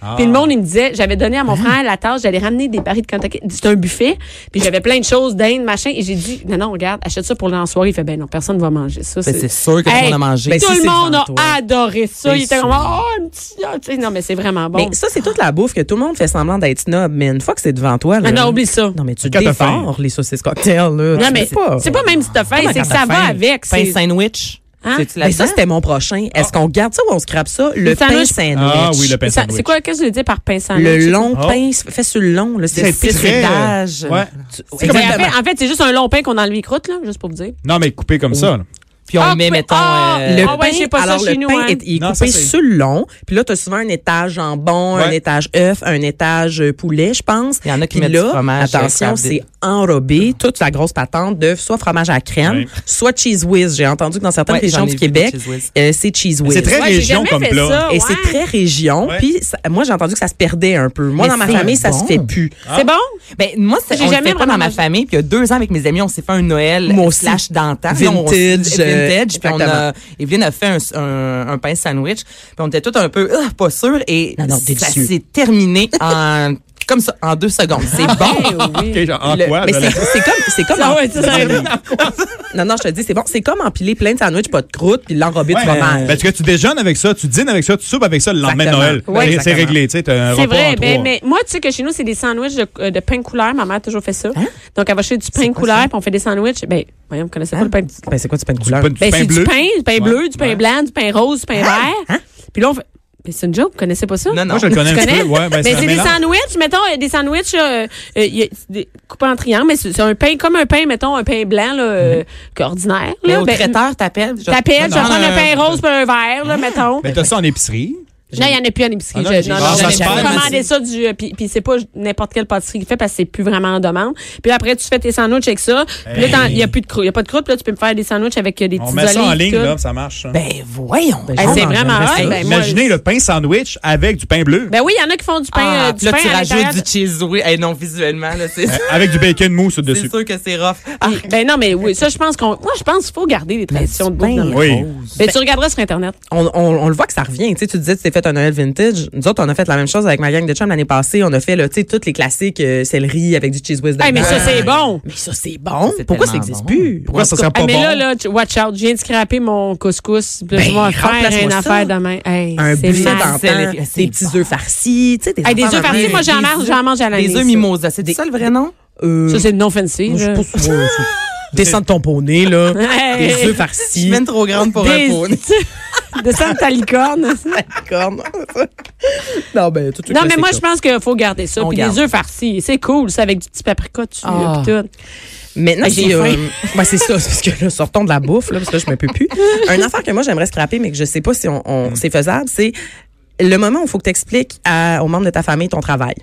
[SPEAKER 5] Ah.
[SPEAKER 2] Puis le monde, il me disait, j'avais donné à mon frère la tâche, j'allais ramener des barils de Kentucky. C'était un buffet. Puis j'avais plein de choses, d'Inde, machin. Et j'ai dit, non, non, regarde, achète ça pour l'an soirée. Il fait, ben non, personne ne va manger ça.
[SPEAKER 6] Ben, c'est sûr que tout le monde a mangé.
[SPEAKER 4] Ben,
[SPEAKER 2] Tout
[SPEAKER 4] si
[SPEAKER 2] le
[SPEAKER 4] c'est
[SPEAKER 2] monde
[SPEAKER 4] devant
[SPEAKER 2] a
[SPEAKER 4] toi.
[SPEAKER 2] adoré ça.
[SPEAKER 4] C'est
[SPEAKER 2] Il était
[SPEAKER 4] sûr.
[SPEAKER 2] comme, oh, un petit. ah, tu sais, Non, mais c'est vraiment bon.
[SPEAKER 4] Mais ça, c'est toute la bouffe que tout le monde fait semblant d'être snob. Mais une fois que c'est devant toi, là,
[SPEAKER 2] Ah non, oublie ça.
[SPEAKER 4] Non, mais tu
[SPEAKER 5] Quand t'as
[SPEAKER 4] défores les saucisses cocktails. Là.
[SPEAKER 2] Non,
[SPEAKER 4] Tu
[SPEAKER 2] mais
[SPEAKER 4] fais pas.
[SPEAKER 2] c'est pas même si t'as faim, c'est que ça va avec.
[SPEAKER 6] Pain
[SPEAKER 2] c'est-
[SPEAKER 6] sandwich.
[SPEAKER 2] Hein?
[SPEAKER 6] C'est-tu
[SPEAKER 4] Mais Ah. Ben, ça,
[SPEAKER 6] là-dedans? Ah.
[SPEAKER 4] c'était mon prochain. Est-ce qu'on garde ça ou on scrape ça? Le
[SPEAKER 2] Le
[SPEAKER 4] pain
[SPEAKER 2] sandwich.
[SPEAKER 4] sandwich.
[SPEAKER 5] Ah oui, le pain
[SPEAKER 2] ça-
[SPEAKER 5] sandwich.
[SPEAKER 2] C'est quoi, qu'est-ce que je veux dire par pain sandwich?
[SPEAKER 4] Le long
[SPEAKER 5] Oh.
[SPEAKER 4] pain, fait sur le long. là,
[SPEAKER 5] C'est
[SPEAKER 4] C'est euh,
[SPEAKER 6] c'est
[SPEAKER 5] très-
[SPEAKER 6] d'âge.
[SPEAKER 5] Ouais.
[SPEAKER 2] Mais
[SPEAKER 4] Exactement.
[SPEAKER 2] après, en fait, c'est juste un long pain qu'on enlève les croûtes, là, juste pour vous dire.
[SPEAKER 5] Non, mais coupé comme ça. là.
[SPEAKER 6] Puis on
[SPEAKER 2] Ah,
[SPEAKER 6] met,
[SPEAKER 2] coupé-
[SPEAKER 6] mettons...
[SPEAKER 2] ah,
[SPEAKER 6] euh,
[SPEAKER 4] Le
[SPEAKER 2] Ah
[SPEAKER 4] pain,
[SPEAKER 2] ouais, j'ai pas ça
[SPEAKER 4] alors
[SPEAKER 2] chez
[SPEAKER 4] le
[SPEAKER 2] nous,
[SPEAKER 4] pain
[SPEAKER 2] hein.
[SPEAKER 4] est, il est
[SPEAKER 5] Non, ça,
[SPEAKER 4] coupé
[SPEAKER 5] c'est-
[SPEAKER 4] sur le long. Puis là, t'as souvent un étage jambon, un
[SPEAKER 5] Ouais.
[SPEAKER 4] étage œuf, un étage euh, poulet, je pense.
[SPEAKER 6] Il y en a
[SPEAKER 4] Puis
[SPEAKER 6] qui mettent
[SPEAKER 4] là,
[SPEAKER 6] du fromage, euh,
[SPEAKER 4] Attention,
[SPEAKER 6] scrapé.
[SPEAKER 4] c'est enrobé, toute la grosse patente de soit fromage à la crème,
[SPEAKER 5] Ouais.
[SPEAKER 4] soit cheese whiz. J'ai entendu que dans certaines
[SPEAKER 6] Ouais,
[SPEAKER 4] régions
[SPEAKER 6] j'en ai
[SPEAKER 4] du
[SPEAKER 6] vu des
[SPEAKER 4] Québec,
[SPEAKER 6] cheese whiz.
[SPEAKER 4] euh, c'est cheese whiz.
[SPEAKER 5] C'est très
[SPEAKER 2] Ouais, j'ai
[SPEAKER 5] région
[SPEAKER 2] jamais
[SPEAKER 5] comme
[SPEAKER 2] fait
[SPEAKER 5] plat.
[SPEAKER 2] ça,
[SPEAKER 4] Et
[SPEAKER 2] ouais.
[SPEAKER 4] c'est très région.
[SPEAKER 5] Ouais.
[SPEAKER 4] Puis ça- moi, j'ai entendu que ça se perdait un peu. Moi,
[SPEAKER 6] Mais
[SPEAKER 4] dans ma
[SPEAKER 6] c'est
[SPEAKER 4] famille, ça se
[SPEAKER 6] bon.
[SPEAKER 4] fait plus.
[SPEAKER 2] C'est bon?
[SPEAKER 6] Ben, moi, c'est-
[SPEAKER 2] J'ai
[SPEAKER 6] on le
[SPEAKER 2] jamais
[SPEAKER 6] fait pas
[SPEAKER 2] vraiment
[SPEAKER 6] dans ma
[SPEAKER 2] mangé.
[SPEAKER 6] famille. Puis il y a deux ans, avec mes amis, on s'est fait un Noël
[SPEAKER 4] Moi aussi.
[SPEAKER 6] slash d'antan.
[SPEAKER 4] Vintage,
[SPEAKER 6] Là, on-
[SPEAKER 4] euh,
[SPEAKER 6] vintage. Puis on
[SPEAKER 4] exactement.
[SPEAKER 6] a, Evelyne a fait un, un, un pain sandwich. Puis on était tous un peu ah, pas sûrs. Et
[SPEAKER 4] Non, non,
[SPEAKER 6] ça
[SPEAKER 4] délicieux.
[SPEAKER 6] s'est terminé en comme ça, en deux secondes. C'est bon.
[SPEAKER 2] Ah, ben oui.
[SPEAKER 5] OK, genre, en
[SPEAKER 4] Le-
[SPEAKER 5] quoi?
[SPEAKER 4] mais
[SPEAKER 5] je
[SPEAKER 4] c'est
[SPEAKER 5] la-
[SPEAKER 4] c'est comme c'est comme
[SPEAKER 2] Ah
[SPEAKER 4] en-
[SPEAKER 2] ouais, ça, ça-
[SPEAKER 4] non non je te dis c'est bon c'est comme empiler plein de sandwichs pas de croûte puis l'enrober de
[SPEAKER 5] Ouais, ben,
[SPEAKER 4] fromage
[SPEAKER 6] Ben,
[SPEAKER 5] parce que tu déjeunes avec ça, tu dînes avec ça, tu soupes avec ça le lendemain de
[SPEAKER 4] Exactement.
[SPEAKER 5] Noël. Ben,
[SPEAKER 4] Ouais,
[SPEAKER 5] C'est- c'est
[SPEAKER 4] exactement.
[SPEAKER 5] réglé, tu sais, t'as un
[SPEAKER 2] C'est
[SPEAKER 5] repas
[SPEAKER 2] vrai,
[SPEAKER 5] en
[SPEAKER 2] ben,
[SPEAKER 5] trois.
[SPEAKER 2] mais moi, tu sais que chez nous, c'est des sandwichs de, euh, de pain couleur. Ma mère a toujours fait ça. Donc, elle va chez du pain couleur, puis on fait des sandwichs. Ben, voyons, vous connaissez pas le pain
[SPEAKER 4] Ben, c'est quoi tu pain de couleur
[SPEAKER 5] Pas du
[SPEAKER 2] Ben,
[SPEAKER 5] pain
[SPEAKER 2] c'est du
[SPEAKER 5] bleu.
[SPEAKER 2] pain, du pain
[SPEAKER 5] Ouais. Hein?
[SPEAKER 2] bleu, du pain blanc, du pain rose, du pain vert. Puis là, on fait. Ben, c'est une joke, vous connaissez pas ça?
[SPEAKER 6] Non, non.
[SPEAKER 5] Moi, je le connais un
[SPEAKER 2] Tu
[SPEAKER 5] petit
[SPEAKER 2] connais?
[SPEAKER 5] peu. Ouais,
[SPEAKER 2] Ben,
[SPEAKER 5] ben, un
[SPEAKER 2] c'est des
[SPEAKER 5] mélange.
[SPEAKER 2] sandwichs, mettons, euh, des sandwichs euh, euh, y a des- coupés en triangle, mais c'est c'est un pain, comme un pain, mettons, un pain blanc, là,
[SPEAKER 5] Mm-hmm.
[SPEAKER 2] euh, qu'ordinaire.
[SPEAKER 6] Mais
[SPEAKER 2] là,
[SPEAKER 6] au
[SPEAKER 2] ben,
[SPEAKER 6] traiteur, t'appelles. genre-
[SPEAKER 2] T'appelles, je vais
[SPEAKER 5] Non,
[SPEAKER 2] prendre
[SPEAKER 5] non,
[SPEAKER 2] un pain
[SPEAKER 5] non,
[SPEAKER 2] rose pour un verre, là, mettons.
[SPEAKER 5] Ben, t'as ça en épicerie.
[SPEAKER 2] Non, il n'y en a plus en épicerie.
[SPEAKER 6] Ah non,
[SPEAKER 2] Je- non,
[SPEAKER 6] j'ai-
[SPEAKER 5] Ah,
[SPEAKER 2] non,
[SPEAKER 5] ça
[SPEAKER 2] non,
[SPEAKER 5] se
[SPEAKER 2] j'ai
[SPEAKER 5] perd,
[SPEAKER 2] commandé
[SPEAKER 6] mais
[SPEAKER 2] ça du. euh, Puis, puis c'est pas n'importe quelle pâtisserie qui fait parce que c'est plus vraiment en demande. Puis après, tu fais tes sandwichs avec ça. Puis là, il n'y a plus de croûte. Il n'y a pas de croûte. Puis là, tu peux me faire des sandwichs avec euh, des petits
[SPEAKER 5] On met ça en
[SPEAKER 2] olives,
[SPEAKER 5] ligne,
[SPEAKER 2] tout.
[SPEAKER 5] là, ça marche. ça.
[SPEAKER 6] Ben, voyons.
[SPEAKER 4] Ben,
[SPEAKER 2] Hey,
[SPEAKER 4] Ah,
[SPEAKER 2] c'est
[SPEAKER 4] non,
[SPEAKER 2] vraiment
[SPEAKER 4] j'aimerais
[SPEAKER 2] hot.
[SPEAKER 4] ça.
[SPEAKER 2] Ben, moi,
[SPEAKER 5] Imaginez le pain sandwich avec du pain bleu,
[SPEAKER 2] Ben oui, il y en a qui font du pain.
[SPEAKER 6] Ah,
[SPEAKER 2] euh, du
[SPEAKER 6] là,
[SPEAKER 2] pain
[SPEAKER 6] tu
[SPEAKER 2] à l'intérieur.
[SPEAKER 6] rajoutes du cheese oui. Hey, non, visuellement, là, c'est
[SPEAKER 5] Euh, avec du bacon mousse
[SPEAKER 6] c'est
[SPEAKER 5] dessus.
[SPEAKER 6] sûr que c'est rough. Ah,
[SPEAKER 2] Ben non, mais oui, ça, je pense qu'on. Moi, je pense qu'il faut garder les traditions de bouffe. dans le-
[SPEAKER 5] Oui.
[SPEAKER 2] Mais tu regarderas sur Internet.
[SPEAKER 4] on, on, on le voit que ça revient. Tu sais, tu disais que tu t'es fait un Noël vintage. Nous autres, on a fait la même chose avec ma gang de chums l'année passée. On a fait là, tu sais, tous les classiques euh, céleri avec du cheese whiz.
[SPEAKER 2] Hey, mais
[SPEAKER 4] dedans.
[SPEAKER 2] ça, c'est bon.
[SPEAKER 4] Mais ça, c'est bon.
[SPEAKER 6] C'est
[SPEAKER 4] Pourquoi ça
[SPEAKER 6] tellement
[SPEAKER 4] n'existe
[SPEAKER 6] bon.
[SPEAKER 4] plus?
[SPEAKER 5] Pourquoi ça serait
[SPEAKER 2] Ah,
[SPEAKER 5] pas
[SPEAKER 2] mais là,
[SPEAKER 5] bon?
[SPEAKER 2] là, tu- watch out. Je viens de scraper mon couscous. Puis là, je
[SPEAKER 4] Ben,
[SPEAKER 2] vais faire une
[SPEAKER 4] remplace-moi ça.
[SPEAKER 2] affaire demain. Hey,
[SPEAKER 4] Un
[SPEAKER 2] c'est
[SPEAKER 4] buffet
[SPEAKER 2] mal.
[SPEAKER 6] dans-
[SPEAKER 4] d'antan,
[SPEAKER 6] Céleri, c'est
[SPEAKER 4] des petits œufs farcis, tu sais, des
[SPEAKER 2] Hey, des
[SPEAKER 4] affaires
[SPEAKER 2] œufs
[SPEAKER 4] de
[SPEAKER 2] farcis,
[SPEAKER 4] même.
[SPEAKER 2] moi, j'en mange, j'en mange à l'année.
[SPEAKER 6] Des œufs
[SPEAKER 2] ça.
[SPEAKER 6] mimosa. C'est ça le vrai nom?
[SPEAKER 4] Euh,
[SPEAKER 2] Ça, c'est non offensive.
[SPEAKER 4] je
[SPEAKER 2] là.
[SPEAKER 4] sais pas si- ouais, ça- Descends de ton poney, là.
[SPEAKER 2] Hey.
[SPEAKER 4] Des œufs
[SPEAKER 6] Je suis
[SPEAKER 4] farcis.
[SPEAKER 6] même trop grande pour
[SPEAKER 2] Des-
[SPEAKER 6] un poney.
[SPEAKER 2] de Santa Licorne.
[SPEAKER 4] Corne. non, ben, tout de suite,
[SPEAKER 2] non,
[SPEAKER 4] là,
[SPEAKER 2] mais
[SPEAKER 4] c'est
[SPEAKER 2] moi,
[SPEAKER 4] ça.
[SPEAKER 2] je pense qu'il faut garder ça.
[SPEAKER 6] On
[SPEAKER 2] Puis
[SPEAKER 6] garde.
[SPEAKER 2] des œufs farcis, c'est cool, ça, avec du petit paprika dessus. là,
[SPEAKER 6] Ah.
[SPEAKER 2] puis tout.
[SPEAKER 4] Maintenant,
[SPEAKER 2] Hey, j'ai
[SPEAKER 4] j'ai, euh,
[SPEAKER 2] faim.
[SPEAKER 4] ouais, c'est ça, c'est parce que là, sortons de la bouffe, là, parce que là, je me peux plus. Un affaire que moi, j'aimerais scraper, mais que je sais pas si on,
[SPEAKER 6] Mm.
[SPEAKER 4] on- c'est faisable, c'est le moment où il faut que tu expliques aux membres de ta famille ton travail.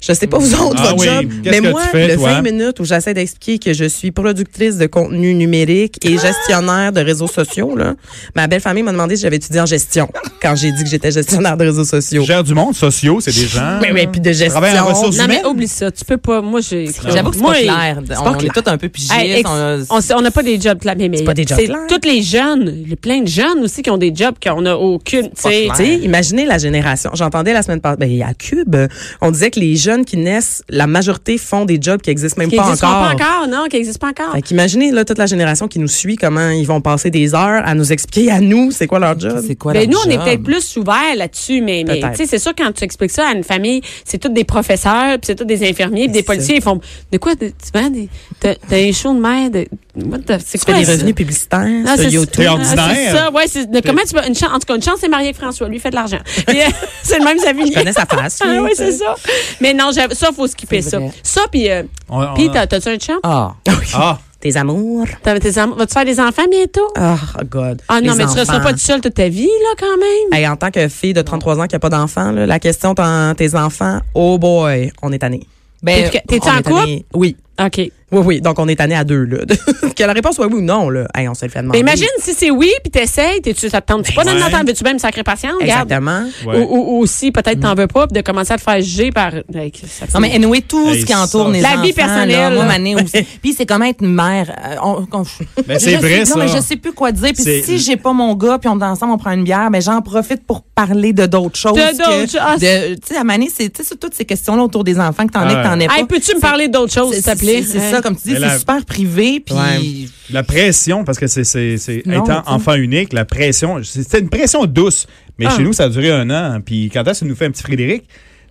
[SPEAKER 4] Je sais pas vous
[SPEAKER 6] Mm.
[SPEAKER 4] autres,
[SPEAKER 5] Ah
[SPEAKER 4] votre
[SPEAKER 5] oui,
[SPEAKER 4] job,
[SPEAKER 5] qu'est-ce
[SPEAKER 4] mais
[SPEAKER 5] que
[SPEAKER 4] moi,
[SPEAKER 5] tu fais,
[SPEAKER 4] le
[SPEAKER 5] toi? hein?
[SPEAKER 4] 5 minutes où j'essaie d'expliquer que je suis productrice de contenu numérique et
[SPEAKER 6] Ah!
[SPEAKER 4] gestionnaire de réseaux sociaux, là, ma belle famille m'a demandé si j'avais étudié en gestion quand j'ai dit que j'étais gestionnaire de réseaux sociaux.
[SPEAKER 5] Gère du monde, sociaux, c'est des gens.
[SPEAKER 4] Oui, oui, puis de gestion.
[SPEAKER 5] Travaille en ressources
[SPEAKER 2] Non, mais
[SPEAKER 5] humaines.
[SPEAKER 2] oublie ça. Tu peux pas. Moi, j'ai.
[SPEAKER 6] J'avoue que c'est
[SPEAKER 2] Moi,
[SPEAKER 6] pas clair. On,
[SPEAKER 4] pas
[SPEAKER 6] on
[SPEAKER 4] clair.
[SPEAKER 6] est tous un peu pigistes.
[SPEAKER 2] Hey, ex-
[SPEAKER 6] on-
[SPEAKER 2] on s- on n'a pas des jobs là, mais, mais
[SPEAKER 4] pas des jobs
[SPEAKER 2] c'est
[SPEAKER 4] clairs.
[SPEAKER 2] toutes les jeunes, il y a plein de jeunes aussi qui ont des jobs qu'on n'a aucune, tu sais.
[SPEAKER 4] Tu sais, imaginez la génération. J'entendais la semaine passée, ben, à Cube, on disait que les jeunes qui naissent, la majorité font des jobs qui existent même
[SPEAKER 2] Qui
[SPEAKER 4] pas
[SPEAKER 2] n'existent
[SPEAKER 4] encore.
[SPEAKER 2] pas encore, non, qui n'existent pas encore.
[SPEAKER 4] Fait qu'imaginez, là, toute la génération qui nous suit, comment ils vont passer des heures à nous expliquer à nous c'est quoi leur job.
[SPEAKER 6] C'est quoi
[SPEAKER 2] Ben,
[SPEAKER 6] leur
[SPEAKER 2] nous, on est
[SPEAKER 6] job?
[SPEAKER 2] peut-être plus ouverts là-dessus, mais, mais
[SPEAKER 4] Peut-être.
[SPEAKER 2] tu sais, c'est sûr, quand tu expliques ça à une famille, c'est tous des professeurs, puis c'est tous des infirmiers, puis des
[SPEAKER 4] C'est ça.
[SPEAKER 2] policiers, ils font « De quoi? de- Tu vends des... T'as t'as un show de merde? What the- C'est
[SPEAKER 4] Tu
[SPEAKER 2] quoi
[SPEAKER 4] fais des
[SPEAKER 2] ça?
[SPEAKER 4] revenus publicitaires
[SPEAKER 2] Non,
[SPEAKER 4] sur
[SPEAKER 2] c'est-
[SPEAKER 4] YouTube.
[SPEAKER 5] T'es
[SPEAKER 2] Ah, C'est
[SPEAKER 5] ordinaire.
[SPEAKER 2] ça, ouais. c'est- de- Comment tu vas. Une chance, en tout cas, une chance, c'est marié avec François. Lui, fait de l'argent. Puis, euh, c'est le même, ça finit.
[SPEAKER 4] Je connais sa face, lui,
[SPEAKER 2] Ah, oui,
[SPEAKER 4] tu sais.
[SPEAKER 2] c'est ça. Mais non, j'av- ça, faut skipper
[SPEAKER 6] C'est
[SPEAKER 2] ça.
[SPEAKER 6] vrai.
[SPEAKER 2] Ça, puis. euh,
[SPEAKER 5] On-
[SPEAKER 4] Ah.
[SPEAKER 5] on-
[SPEAKER 2] puis, t'as- t'as-tu un champ?
[SPEAKER 6] Ah.
[SPEAKER 5] Ah,
[SPEAKER 4] Tes amours.
[SPEAKER 2] T'as- tes enfants- Vas-tu faire des enfants bientôt?
[SPEAKER 4] Ah, oh, God.
[SPEAKER 2] Ah non,
[SPEAKER 4] Les
[SPEAKER 2] mais tu resteras
[SPEAKER 4] enfants.
[SPEAKER 2] pas tout seul toute ta vie, là, quand même.
[SPEAKER 4] Hey, en tant que fille de 33 ans qui a pas d'enfant, là, la question de tes enfants, oh boy, on est tanné.
[SPEAKER 6] Ben,
[SPEAKER 2] T'es- T'es-tu
[SPEAKER 4] On
[SPEAKER 2] en
[SPEAKER 4] est
[SPEAKER 2] couple?
[SPEAKER 4] tanné. Oui.
[SPEAKER 2] OK.
[SPEAKER 4] Oui, oui. Donc, on est tanné à deux, là. que la réponse soit oui ou non, là. Hey, on se le fait demander.
[SPEAKER 2] Mais imagine si c'est oui, puis t'essayes, t'es-tu, ça te tente pas? Non, non,
[SPEAKER 5] ouais.
[SPEAKER 2] t'en veux-tu même sacré patience? Regarde.
[SPEAKER 4] Ben Exactement.
[SPEAKER 5] ouais.
[SPEAKER 2] Ou, ou, ou si peut-être t'en veux pas, puis de commencer à te faire juger par. Hey, ça te-
[SPEAKER 6] Mm. Non, mais anyway, tout
[SPEAKER 5] Hey,
[SPEAKER 6] ce qui
[SPEAKER 5] ça.
[SPEAKER 6] entoure les
[SPEAKER 2] La
[SPEAKER 6] enfants,
[SPEAKER 2] vie personnelle,
[SPEAKER 6] là, moi,
[SPEAKER 2] là.
[SPEAKER 6] mané aussi. Puis c'est comme être une mère. euh, on- qu'on-
[SPEAKER 5] Ben,
[SPEAKER 6] Je
[SPEAKER 5] c'est vrai,
[SPEAKER 6] sais,
[SPEAKER 5] ça.
[SPEAKER 6] Non, mais je sais plus quoi dire. Puis
[SPEAKER 5] C'est-
[SPEAKER 6] si j'ai pas mon gars, puis on est ensemble, on prend une bière, mais j'en profite pour parler de d'autres choses.
[SPEAKER 2] De d'autres
[SPEAKER 6] que-
[SPEAKER 2] choses. Ah,
[SPEAKER 6] de- Tu sais, à Mané, c'est tu sais, c'est toutes ces questions-là autour des enfants que t'en es,
[SPEAKER 5] Ah
[SPEAKER 6] que t'en
[SPEAKER 5] ouais.
[SPEAKER 6] es pas.
[SPEAKER 2] Hey, peux-tu me parler d'autre chose, hein. s'il
[SPEAKER 6] C'est-
[SPEAKER 2] te plaît?
[SPEAKER 6] c'est- C'est
[SPEAKER 2] Hey.
[SPEAKER 6] ça, comme tu dis,
[SPEAKER 5] Mais
[SPEAKER 6] c'est
[SPEAKER 5] la-
[SPEAKER 6] super privé. Puis
[SPEAKER 4] Ouais.
[SPEAKER 5] La pression, parce que c'est, c'est, c'est
[SPEAKER 6] Non,
[SPEAKER 5] étant
[SPEAKER 6] tu sais.
[SPEAKER 5] enfant unique, la pression, c'était une pression douce. Mais
[SPEAKER 2] Ah.
[SPEAKER 5] chez nous, ça a duré un an. Puis quand est-ce que nous fait un petit Frédéric?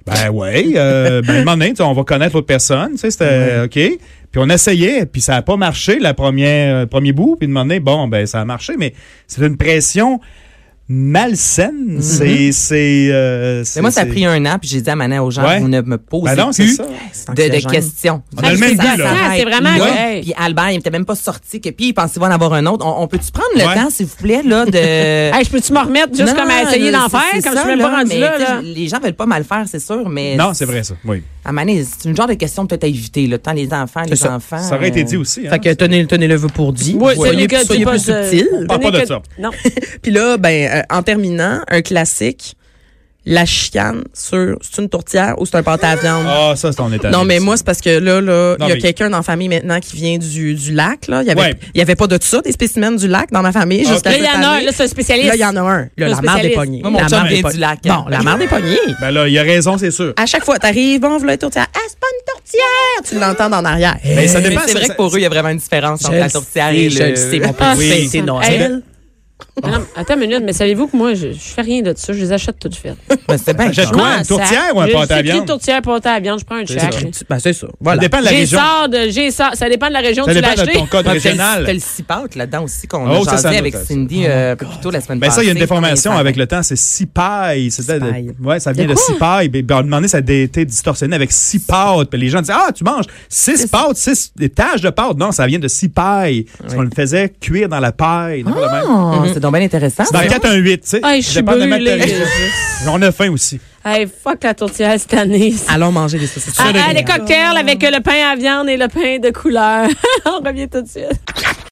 [SPEAKER 5] Ben ouais, euh, ben, à un moment donné, tu sais, on va connaître l'autre personne, tu sais, c'était OK. Puis on essayait, puis ça n'a pas marché, la première, euh, premier bout. Puis de moment donné, bon, ben ça a marché, mais c'est une pression malsaine. C'est, c'est, euh, c'est-
[SPEAKER 6] Mm-hmm. Mais moi, ça a
[SPEAKER 5] c'est-
[SPEAKER 6] pris un an, puis j'ai dit à Mané aux gens,
[SPEAKER 5] Ouais.
[SPEAKER 6] on ne me pose
[SPEAKER 5] Ben non, c'est
[SPEAKER 6] plus
[SPEAKER 5] ça.
[SPEAKER 4] C'est
[SPEAKER 6] de, de
[SPEAKER 4] anxiogène.
[SPEAKER 6] questions.
[SPEAKER 5] On a le même but, là.
[SPEAKER 2] Ah, c'est vraiment-
[SPEAKER 6] Là,
[SPEAKER 2] Ouais.
[SPEAKER 6] Puis Albert, il était même pas sorti. Que, puis il pensait en avoir un autre. On, on peut-tu prendre le
[SPEAKER 5] Ouais.
[SPEAKER 6] temps, s'il vous plaît, là, de...
[SPEAKER 2] Hey, je peux-tu me remettre juste
[SPEAKER 6] Non,
[SPEAKER 2] comme à
[SPEAKER 6] non,
[SPEAKER 2] essayer
[SPEAKER 6] là,
[SPEAKER 2] d'en
[SPEAKER 6] c'est-
[SPEAKER 2] faire, comme
[SPEAKER 6] c'est
[SPEAKER 2] je
[SPEAKER 6] ça,
[SPEAKER 2] suis même pas rendu
[SPEAKER 6] mais,
[SPEAKER 2] là,
[SPEAKER 6] tu sais,
[SPEAKER 2] là?
[SPEAKER 6] Les gens veulent pas mal faire, c'est sûr, mais...
[SPEAKER 5] Non, c'est vrai ça, oui.
[SPEAKER 6] À Mané, c'est une genre de question peut-être à éviter, là. Tant les enfants, les
[SPEAKER 4] ça.
[SPEAKER 6] enfants...
[SPEAKER 5] Ça aurait été dit
[SPEAKER 6] euh,
[SPEAKER 5] aussi. hein.
[SPEAKER 4] Fait que tenez, tenez le vœu pour dit.
[SPEAKER 2] Oui,
[SPEAKER 4] Soyez-
[SPEAKER 2] c'est les gars,
[SPEAKER 4] soyez
[SPEAKER 2] c'est
[SPEAKER 4] plus
[SPEAKER 2] pas de-
[SPEAKER 4] subtil.
[SPEAKER 5] On parle pas de
[SPEAKER 2] Tenez que-
[SPEAKER 5] ça.
[SPEAKER 2] Non.
[SPEAKER 4] Puis là, ben, euh, en terminant, un classique, la chicane sur c'est une tourtière ou c'est un pâte à viande.
[SPEAKER 5] Ah, ça, c'est ton état.
[SPEAKER 4] Non, mais moi, c'est parce que là, là, il
[SPEAKER 5] Non,
[SPEAKER 4] y a
[SPEAKER 5] mais-
[SPEAKER 4] quelqu'un dans la famille maintenant qui vient du, du lac, là. Il y avait,
[SPEAKER 5] Ouais.
[SPEAKER 4] il y avait pas de tout ça, des spécimens du lac dans ma famille,
[SPEAKER 5] Ah,
[SPEAKER 4] jusqu'à
[SPEAKER 2] Là, il y
[SPEAKER 4] cette
[SPEAKER 2] en a un,
[SPEAKER 4] année.
[SPEAKER 2] là, c'est un spécialiste.
[SPEAKER 4] Là, il y en a un. Là,
[SPEAKER 2] Le
[SPEAKER 4] la marde est
[SPEAKER 2] spécialiste.
[SPEAKER 4] pognée.
[SPEAKER 6] Moi, mon
[SPEAKER 4] la
[SPEAKER 6] chum
[SPEAKER 4] marde
[SPEAKER 6] vient
[SPEAKER 4] est
[SPEAKER 6] du
[SPEAKER 4] pognée.
[SPEAKER 6] lac.
[SPEAKER 5] hein.
[SPEAKER 4] Bon, la marde est pognée.
[SPEAKER 5] Ben là, il a raison, c'est sûr.
[SPEAKER 4] À chaque fois, t'arrives, bon, voilà une tourtière. Ah, c'est pas une tourtière! Tu l'entends Eh, dans l'arrière.
[SPEAKER 5] Ben, ça
[SPEAKER 6] Mais
[SPEAKER 5] dépend.
[SPEAKER 6] c'est vrai que pour eux, il y a vraiment une différence entre
[SPEAKER 4] Je
[SPEAKER 6] la
[SPEAKER 4] le
[SPEAKER 6] tourtière
[SPEAKER 4] sais,
[SPEAKER 6] et
[SPEAKER 4] je
[SPEAKER 6] le...
[SPEAKER 4] le sais, mon
[SPEAKER 2] Ah,
[SPEAKER 4] petit
[SPEAKER 5] oui.
[SPEAKER 4] c'est
[SPEAKER 2] Hey.
[SPEAKER 4] Noël.
[SPEAKER 2] Ah non, attends une minute, mais savez-vous que moi, je, je fais rien de ça. Je les achète toutes faites.
[SPEAKER 6] Ben, c'est bien.
[SPEAKER 5] Jette quoi,
[SPEAKER 2] Comment
[SPEAKER 5] une
[SPEAKER 2] ça?
[SPEAKER 5] tourtière ou un
[SPEAKER 2] Je-
[SPEAKER 5] pâte à
[SPEAKER 2] c'est écrit
[SPEAKER 5] viande?
[SPEAKER 2] tourtière, pâte à viande. Je prends un
[SPEAKER 5] ça.
[SPEAKER 2] check.
[SPEAKER 4] Ben, c'est ça.
[SPEAKER 5] Ça
[SPEAKER 4] Voilà.
[SPEAKER 5] dépend de la
[SPEAKER 2] J'ai
[SPEAKER 5] région.
[SPEAKER 2] sort de, j'ai sort, ça dépend de la région où
[SPEAKER 5] Ça
[SPEAKER 2] tu l'as
[SPEAKER 5] dépend de
[SPEAKER 2] acheté.
[SPEAKER 5] ton code
[SPEAKER 6] T'as le- T'as le
[SPEAKER 5] régional.
[SPEAKER 6] six pattes là-dedans aussi qu'on
[SPEAKER 5] Oh,
[SPEAKER 6] a
[SPEAKER 5] ça,
[SPEAKER 6] jasé
[SPEAKER 5] ça me
[SPEAKER 6] avec
[SPEAKER 5] fait ça.
[SPEAKER 6] Cindy euh, plus tôt la semaine
[SPEAKER 5] Ben
[SPEAKER 6] passée.
[SPEAKER 5] ça, il y a une
[SPEAKER 6] Dans
[SPEAKER 5] déformation
[SPEAKER 6] les
[SPEAKER 5] avec le temps, c'est six pailles. C'était de-
[SPEAKER 4] pailles.
[SPEAKER 5] Ouais, ça vient de six pailles. Ben, ben, on demandait, ça a été distorsionné avec six pâtes. Puis les gens disaient, ah, tu manges six pâtes, six étages de pâtes. Non, ça vient de six pailles. Parce qu'on le faisait cuire dans la paille. n'importe le même.
[SPEAKER 6] Oh, C'est donc bien intéressant.
[SPEAKER 5] C'est dans le
[SPEAKER 6] ça.
[SPEAKER 5] 4 1 8, tu sais.
[SPEAKER 2] Hey, je suis
[SPEAKER 5] Dépendamment de la-
[SPEAKER 2] brûlée.
[SPEAKER 5] On a faim aussi.
[SPEAKER 2] Hey, fuck la tourtière cette année.
[SPEAKER 4] Allons manger des saucisses.
[SPEAKER 2] Ah, ah, les cocktails avec euh, le pain à viande et le pain de couleur. On revient tout de suite.